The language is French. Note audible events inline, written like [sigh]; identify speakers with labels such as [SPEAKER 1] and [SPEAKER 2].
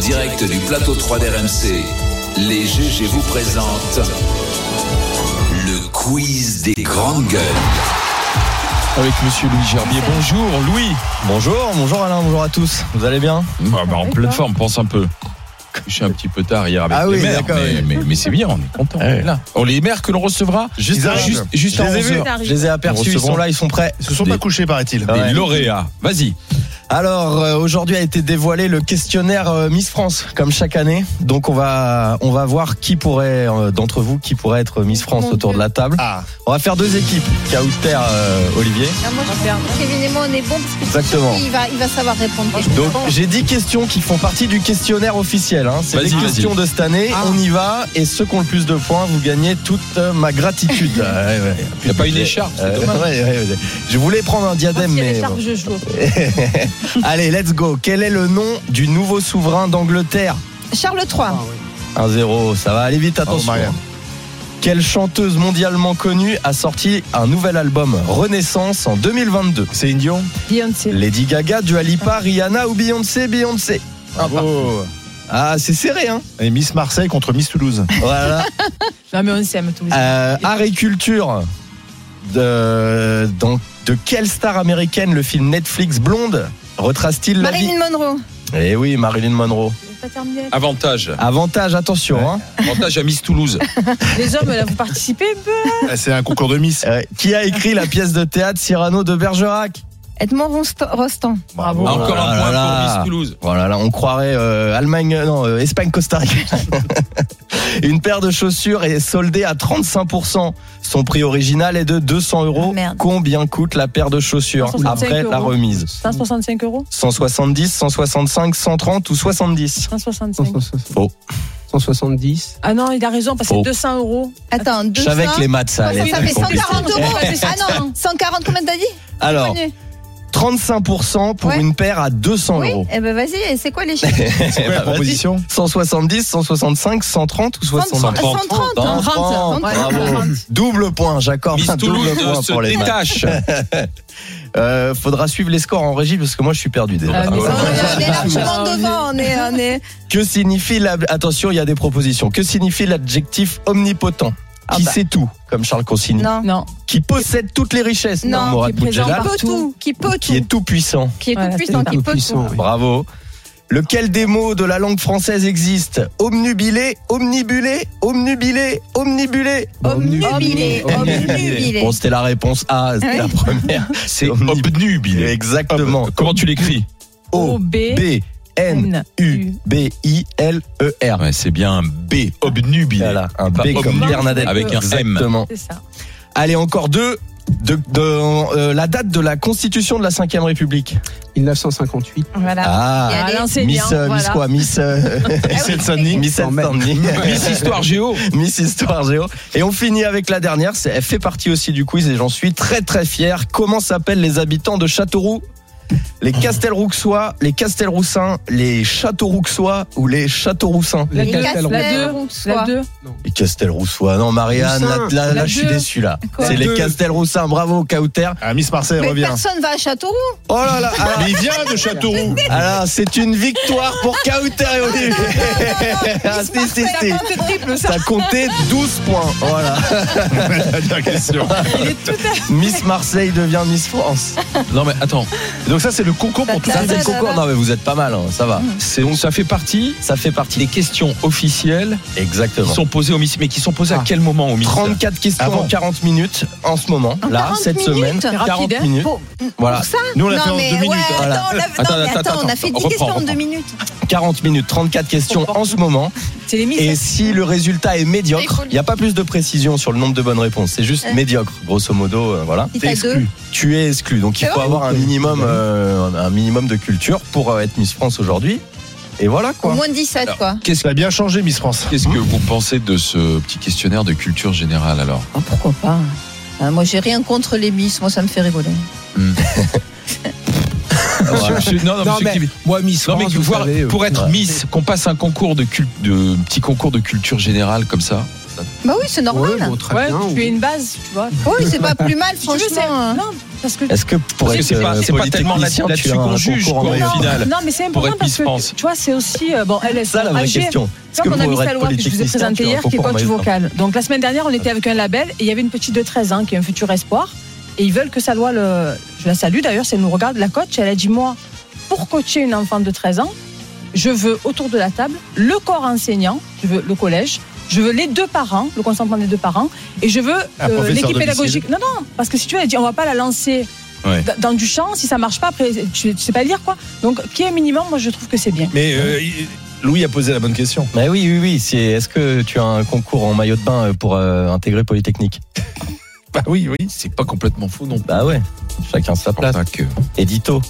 [SPEAKER 1] direct du plateau 3 d'RMC, les GG vous présentent le quiz des grandes gueules.
[SPEAKER 2] Avec monsieur Louis Gerbier. Bonjour Louis.
[SPEAKER 3] Bonjour, bonjour Alain, bonjour à tous. Vous allez bien
[SPEAKER 2] Bah, bah, en pleine forme, pense un peu. Je suis un petit peu tard hier avec
[SPEAKER 3] Ah
[SPEAKER 2] les
[SPEAKER 3] oui,
[SPEAKER 2] maires,
[SPEAKER 3] d'accord,
[SPEAKER 2] mais,
[SPEAKER 3] oui.
[SPEAKER 2] mais, mais c'est bien, on est content.
[SPEAKER 3] Ouais.
[SPEAKER 2] on est là. Oh, les maires que l'on recevra
[SPEAKER 3] Ils
[SPEAKER 2] juste,
[SPEAKER 3] arrivent.
[SPEAKER 2] juste, juste
[SPEAKER 3] Je
[SPEAKER 2] à
[SPEAKER 3] les ai
[SPEAKER 2] 11
[SPEAKER 3] vus.
[SPEAKER 2] heures.
[SPEAKER 3] Je les ai aperçus, ils sont là, ils sont prêts.
[SPEAKER 4] Ils se sont
[SPEAKER 2] Des-
[SPEAKER 4] pas couchés, paraît-il.
[SPEAKER 3] Ah.
[SPEAKER 2] Les
[SPEAKER 3] Ouais.
[SPEAKER 2] lauréats. Vas-y.
[SPEAKER 3] Alors euh, aujourd'hui a été dévoilé le questionnaire euh, Miss France comme chaque année. Donc on va on va voir qui pourrait euh, d'entre vous qui pourrait être Miss France
[SPEAKER 5] Mon
[SPEAKER 3] autour
[SPEAKER 5] Dieu.
[SPEAKER 3] de la table.
[SPEAKER 4] Ah,
[SPEAKER 3] On va faire deux équipes. Kauter euh, Olivier.
[SPEAKER 5] Ah, moi, je pense Kevin et moi, on est bons parce que
[SPEAKER 3] Exactement.
[SPEAKER 5] il va, il va savoir répondre.
[SPEAKER 3] Donc j'ai 10 questions qui font partie du questionnaire officiel. Hein. C'est les
[SPEAKER 2] Vas-y, vas-y.
[SPEAKER 3] questions de cette année.
[SPEAKER 5] Ah.
[SPEAKER 3] On y va et ceux qui ont le plus de points, vous gagnez toute euh, ma
[SPEAKER 2] [laughs]
[SPEAKER 3] gratitude. Ouais, ouais.
[SPEAKER 2] Il n'y a pas une écharpe. c'est
[SPEAKER 3] Euh,
[SPEAKER 2] dommage.
[SPEAKER 3] [laughs] ouais, ouais, ouais. Je voulais prendre un diadème, mais bon.
[SPEAKER 5] je joue.
[SPEAKER 3] Allez, let's go. Quel est le nom du nouveau souverain d'Angleterre
[SPEAKER 5] Charles III.
[SPEAKER 3] 1-0, ça va aller vite, attention.
[SPEAKER 4] Oh, Marianne.
[SPEAKER 3] Quelle chanteuse mondialement connue a sorti un nouvel album Renaissance en 2022
[SPEAKER 4] c'est Indion
[SPEAKER 5] Beyoncé.
[SPEAKER 3] Lady Gaga, Dua Lipa, Rihanna ou Beyoncé Beyoncé. Un partout. Ah, c'est serré, hein
[SPEAKER 4] Et Miss Marseille contre Miss
[SPEAKER 3] [laughs]
[SPEAKER 4] Toulouse. [laughs]
[SPEAKER 3] Voilà.
[SPEAKER 6] Non, mais on s'aime tous.
[SPEAKER 3] Euh, Art et culture. De, dans- de quelle star américaine le film Netflix Blonde retrace-t-il la vie
[SPEAKER 5] Marilyn Monroe.
[SPEAKER 3] Eh oui, Marilyn Monroe.
[SPEAKER 6] Pas terminé.
[SPEAKER 2] Avantage.
[SPEAKER 3] Avantage, attention. hein.
[SPEAKER 2] Avantage à Miss Toulouse.
[SPEAKER 6] Les hommes, là, vous participez un peu
[SPEAKER 4] Ah, C'est un concours de Miss.
[SPEAKER 3] Euh, qui a écrit la pièce de théâtre Cyrano de Bergerac
[SPEAKER 5] Edmond Rostand- Rostand.
[SPEAKER 6] Bravo.
[SPEAKER 2] Encore
[SPEAKER 3] Oh là
[SPEAKER 2] un
[SPEAKER 3] là
[SPEAKER 2] point pour
[SPEAKER 3] là.
[SPEAKER 2] Miss Toulouse.
[SPEAKER 3] Voilà, là, on croirait euh, Allemagne, euh, non, euh, Espagne, Costa Rica. [laughs] Une paire de chaussures est soldée à 35%. Son prix original est de 200 euros.
[SPEAKER 5] Ah, merde.
[SPEAKER 3] Combien coûte la paire de chaussures
[SPEAKER 6] 165
[SPEAKER 3] après la
[SPEAKER 6] euros.
[SPEAKER 3] remise
[SPEAKER 6] 165 euros
[SPEAKER 3] 170, 165, 130 ou 70
[SPEAKER 6] 165.
[SPEAKER 3] Faux.
[SPEAKER 7] 170.
[SPEAKER 6] Ah non, il a raison, parce que
[SPEAKER 3] Faux.
[SPEAKER 6] c'est 200 euros.
[SPEAKER 5] Attends,
[SPEAKER 3] Je
[SPEAKER 5] 200.
[SPEAKER 3] savais que les maths, ça allait
[SPEAKER 5] Ça,
[SPEAKER 3] être
[SPEAKER 5] ça fait
[SPEAKER 3] compliqué. [laughs]
[SPEAKER 5] 140 euros. Ah non, 140, combien t'as dit
[SPEAKER 3] Alors, 35% pour
[SPEAKER 5] Ouais.
[SPEAKER 3] une paire à 200
[SPEAKER 5] Oui.
[SPEAKER 3] euros.
[SPEAKER 5] Eh ben vas-y, et c'est quoi les chiffres
[SPEAKER 4] C'est quoi
[SPEAKER 3] bah,
[SPEAKER 4] la proposition
[SPEAKER 3] 170, 165, 130 ou 70
[SPEAKER 5] 130. 130.
[SPEAKER 3] 130.
[SPEAKER 5] Ouais,
[SPEAKER 3] Bravo.
[SPEAKER 6] Ah,
[SPEAKER 5] 130.
[SPEAKER 3] Double point, j'accorde
[SPEAKER 2] Miss
[SPEAKER 3] un double
[SPEAKER 2] Toulouse
[SPEAKER 3] point
[SPEAKER 2] euh,
[SPEAKER 3] pour
[SPEAKER 2] se
[SPEAKER 3] les maths.
[SPEAKER 2] détache.
[SPEAKER 3] Euh, faudra suivre les scores en régie parce que moi je suis perdu déjà.
[SPEAKER 6] Ah, mais
[SPEAKER 5] On
[SPEAKER 6] ça,
[SPEAKER 5] est on est largement devant, on est, on est.
[SPEAKER 3] Que signifie la... attention, il y a des propositions. Que signifie l'adjectif omnipotent
[SPEAKER 6] Ah
[SPEAKER 3] Qui
[SPEAKER 6] bah.
[SPEAKER 3] sait tout, comme Charles Consigny.
[SPEAKER 5] Non.
[SPEAKER 6] Non,
[SPEAKER 3] Qui possède toutes les richesses.
[SPEAKER 5] Non,
[SPEAKER 3] Mourad
[SPEAKER 6] qui est présent
[SPEAKER 3] Boudjelal.
[SPEAKER 5] Peut tout, qui peut
[SPEAKER 3] Ah, Qui
[SPEAKER 5] tout,
[SPEAKER 3] est tout puissant.
[SPEAKER 5] qui est
[SPEAKER 6] Voilà,
[SPEAKER 5] tout
[SPEAKER 6] c'est
[SPEAKER 5] puissant,
[SPEAKER 6] ça.
[SPEAKER 5] qui peut tout.
[SPEAKER 7] puissant, oui.
[SPEAKER 3] Bravo. Lequel des mots de la langue française existe Omnubilé, omnibulé, omnubilé, omnibulé.
[SPEAKER 5] Omnubilé, omnubilé.
[SPEAKER 3] Bon, c'était la réponse A, c'était la première.
[SPEAKER 2] C'est
[SPEAKER 3] omnibilé.
[SPEAKER 2] obnubilé.
[SPEAKER 3] Exactement.
[SPEAKER 2] Comment tu l'écris
[SPEAKER 3] O,
[SPEAKER 6] O, B,
[SPEAKER 3] B, N,
[SPEAKER 6] N,
[SPEAKER 3] U, B, I, L, E, R.
[SPEAKER 2] Ouais, Ah, C'est bien un B. Obnubilé.
[SPEAKER 3] Voilà, un
[SPEAKER 2] Pas
[SPEAKER 3] B comme
[SPEAKER 2] omni,
[SPEAKER 3] Bernadette.
[SPEAKER 2] avec un M.
[SPEAKER 3] Exactement.
[SPEAKER 6] C'est ça.
[SPEAKER 3] Allez, encore deux. De, de- euh, la date de la constitution de la 5ème République.
[SPEAKER 7] 1958.
[SPEAKER 6] Voilà.
[SPEAKER 3] Ah,
[SPEAKER 5] allez.
[SPEAKER 6] l'enseignant,
[SPEAKER 3] Miss, euh, Miss
[SPEAKER 6] voilà.
[SPEAKER 3] quoi Miss, euh,
[SPEAKER 4] Miss Elsanny
[SPEAKER 3] [laughs] Miss
[SPEAKER 7] Quand même.
[SPEAKER 3] Elsanny.
[SPEAKER 2] Miss Histoire Géo.
[SPEAKER 3] [laughs] Miss Histoire Géo. Et on finit avec la dernière. c'est- Elle fait partie aussi du quiz et j'en suis très très fier. Comment s'appellent les habitants de Châteauroux Les Castelrouxois, les Castelroussins, les Châteaurouxois ou les Châteauroussins
[SPEAKER 5] Les
[SPEAKER 7] Les Castel-
[SPEAKER 5] Castel,
[SPEAKER 6] La La 2.
[SPEAKER 3] Les Castelroussois. Non, Marianne, là,
[SPEAKER 7] Roussin.
[SPEAKER 3] là, là,
[SPEAKER 6] La
[SPEAKER 3] je suis
[SPEAKER 6] deux.
[SPEAKER 3] déçu là.
[SPEAKER 6] Quoi
[SPEAKER 3] C'est les
[SPEAKER 4] Deux.
[SPEAKER 3] Castelroussins. Bravo, Cauter.
[SPEAKER 4] Ah, Miss Marseille
[SPEAKER 5] Mais
[SPEAKER 4] revient.
[SPEAKER 5] personne va à Châteauroux.
[SPEAKER 3] Oh
[SPEAKER 4] [laughs]
[SPEAKER 3] là là. ah,
[SPEAKER 4] Mais il vient de Châteauroux.
[SPEAKER 3] Alors, c'est une victoire pour Kauter et
[SPEAKER 5] [laughs]
[SPEAKER 3] Olivier. Ah, si, si, si.
[SPEAKER 6] C'est triple, ça.
[SPEAKER 3] Ça comptait 12 points. Oh Voilà.
[SPEAKER 4] Dernière question.
[SPEAKER 6] Il est tout à
[SPEAKER 3] Miss Marseille devient Miss France.
[SPEAKER 2] Non mais attends.
[SPEAKER 4] Donc ça, c'est le concours pour tout
[SPEAKER 3] Ça, c'est le concours. Non, mais vous êtes pas mal, hein, ça va.
[SPEAKER 5] Mm.
[SPEAKER 2] C'est- Donc ça fait partie
[SPEAKER 3] Ça fait partie
[SPEAKER 2] des questions officielles qui
[SPEAKER 3] Exactement.
[SPEAKER 2] sont posées au Miss. Mais qui sont posées à
[SPEAKER 7] Ah.
[SPEAKER 2] quel moment au Miss
[SPEAKER 3] 34 questions
[SPEAKER 4] Avant.
[SPEAKER 3] en 40 minutes en ce moment,
[SPEAKER 5] En
[SPEAKER 3] là,
[SPEAKER 5] 40
[SPEAKER 3] cette
[SPEAKER 5] minutes
[SPEAKER 3] semaine.
[SPEAKER 6] C'est rapide,
[SPEAKER 3] 40
[SPEAKER 6] hein.
[SPEAKER 3] minutes.
[SPEAKER 5] Pour-
[SPEAKER 3] Voilà.
[SPEAKER 5] Pour ça
[SPEAKER 4] Nous, on l'a
[SPEAKER 5] non,
[SPEAKER 4] fait en
[SPEAKER 5] mais,
[SPEAKER 4] deux minutes. hein.
[SPEAKER 5] ouais,
[SPEAKER 3] voilà.
[SPEAKER 5] attends, on
[SPEAKER 2] Attends,
[SPEAKER 5] a, non, mais
[SPEAKER 2] attends,
[SPEAKER 5] attends, on a fait 10
[SPEAKER 2] attends,
[SPEAKER 5] questions
[SPEAKER 2] reprends,
[SPEAKER 5] en deux
[SPEAKER 2] reprends.
[SPEAKER 5] minutes.
[SPEAKER 3] 40 minutes, 34 questions en ce moment.
[SPEAKER 6] C'est les
[SPEAKER 3] Et
[SPEAKER 6] mises.
[SPEAKER 3] si le résultat est médiocre, il n'y a pas plus de précision sur le nombre de bonnes réponses. C'est juste
[SPEAKER 6] Euh.
[SPEAKER 5] Ouais.
[SPEAKER 3] médiocre, grosso modo. euh, voilà.
[SPEAKER 5] Si t'as deux,
[SPEAKER 3] Tu es exclu. Donc il
[SPEAKER 5] C'est
[SPEAKER 3] faut
[SPEAKER 5] vrai
[SPEAKER 3] avoir un minimum, euh, un minimum de culture pour euh, être Miss France aujourd'hui. Et voilà
[SPEAKER 5] au
[SPEAKER 3] quoi.
[SPEAKER 5] moins 17, quoi.
[SPEAKER 2] Qu'est-ce
[SPEAKER 4] Ça a bien changé, Miss France.
[SPEAKER 2] Qu'est-ce que vous pensez de ce petit questionnaire de culture générale alors
[SPEAKER 5] Ah, pourquoi pas Ah, Moi, j'ai rien contre les bis. Moi, ça me fait rigoler.
[SPEAKER 3] Voilà.
[SPEAKER 2] Non, non,
[SPEAKER 7] Non,
[SPEAKER 2] mais,
[SPEAKER 7] mais moi, Miss
[SPEAKER 2] non, mais
[SPEAKER 7] France, vous
[SPEAKER 2] voir-
[SPEAKER 7] savez, euh,
[SPEAKER 2] pour être
[SPEAKER 3] ouais.
[SPEAKER 2] Miss, qu'on passe un concours de, cul- de petit concours de culture générale comme ça.
[SPEAKER 5] Bah oui, c'est normal.
[SPEAKER 7] ouais, bon, très
[SPEAKER 6] Ouais,
[SPEAKER 7] bien,
[SPEAKER 6] tu
[SPEAKER 7] oui.
[SPEAKER 6] es une base, tu vois.
[SPEAKER 5] [laughs] Oui, c'est pas plus mal,
[SPEAKER 6] Si tu veux, c'est-
[SPEAKER 5] franchement. hein.
[SPEAKER 6] Non, Parce que
[SPEAKER 3] Est-ce que pour
[SPEAKER 2] Parce que
[SPEAKER 3] être
[SPEAKER 2] c'est pas-
[SPEAKER 3] euh,
[SPEAKER 2] c'est pas tellement
[SPEAKER 3] polytechnicien,
[SPEAKER 2] là- là-dessus
[SPEAKER 3] tu as un
[SPEAKER 2] qu'on juge,
[SPEAKER 3] concours en
[SPEAKER 2] quoi, au
[SPEAKER 3] maillot
[SPEAKER 2] final. finale,
[SPEAKER 6] Non, mais c'est
[SPEAKER 2] pour
[SPEAKER 6] important
[SPEAKER 2] être
[SPEAKER 6] parce
[SPEAKER 2] Miss
[SPEAKER 6] que tu vois, c'est aussi euh, bon, elle est
[SPEAKER 3] C'est ça la vraie question. Est-ce que
[SPEAKER 6] Tu vois qu'on a mis
[SPEAKER 3] pour
[SPEAKER 6] sa
[SPEAKER 3] être
[SPEAKER 6] loi que je vous ai
[SPEAKER 3] polytechnicien,
[SPEAKER 6] présentée
[SPEAKER 3] tu as un
[SPEAKER 6] hier, qui est
[SPEAKER 3] concours en
[SPEAKER 6] coach
[SPEAKER 3] maillot
[SPEAKER 6] vocal. Donc la semaine dernière, on était avec un label et il y avait une petite de 13 ans qui est un futur espoir. Et ils veulent que sa loi le. Je la salue d'ailleurs, si elle nous regarde, la coach, elle a dit Moi, pour coacher une enfant de 13 ans, je veux autour de la table le corps enseignant, je veux le collège, je veux les deux parents, le consentement des deux parents, et je veux euh,
[SPEAKER 4] Un professeur
[SPEAKER 6] l'équipe
[SPEAKER 4] domicile.
[SPEAKER 6] pédagogique. Non, non, parce que si tu veux, elle dit On va pas la lancer
[SPEAKER 2] Ouais.
[SPEAKER 6] dans- dans du champ, si ça marche pas, après, tu, tu sais pas lire quoi. Donc, qui est minimum, moi je trouve que c'est bien.
[SPEAKER 4] Mais euh, il- Louis a posé la bonne question.
[SPEAKER 3] Bah oui, oui, oui. c'est- Est-ce que tu as un concours en maillot de bain euh, pour euh, intégrer Polytechnique
[SPEAKER 4] Bah oui, oui.
[SPEAKER 2] C'est pas complètement fou non plus.
[SPEAKER 3] Bah ouais, chacun sa place.
[SPEAKER 2] Enfin, que-
[SPEAKER 3] Édito.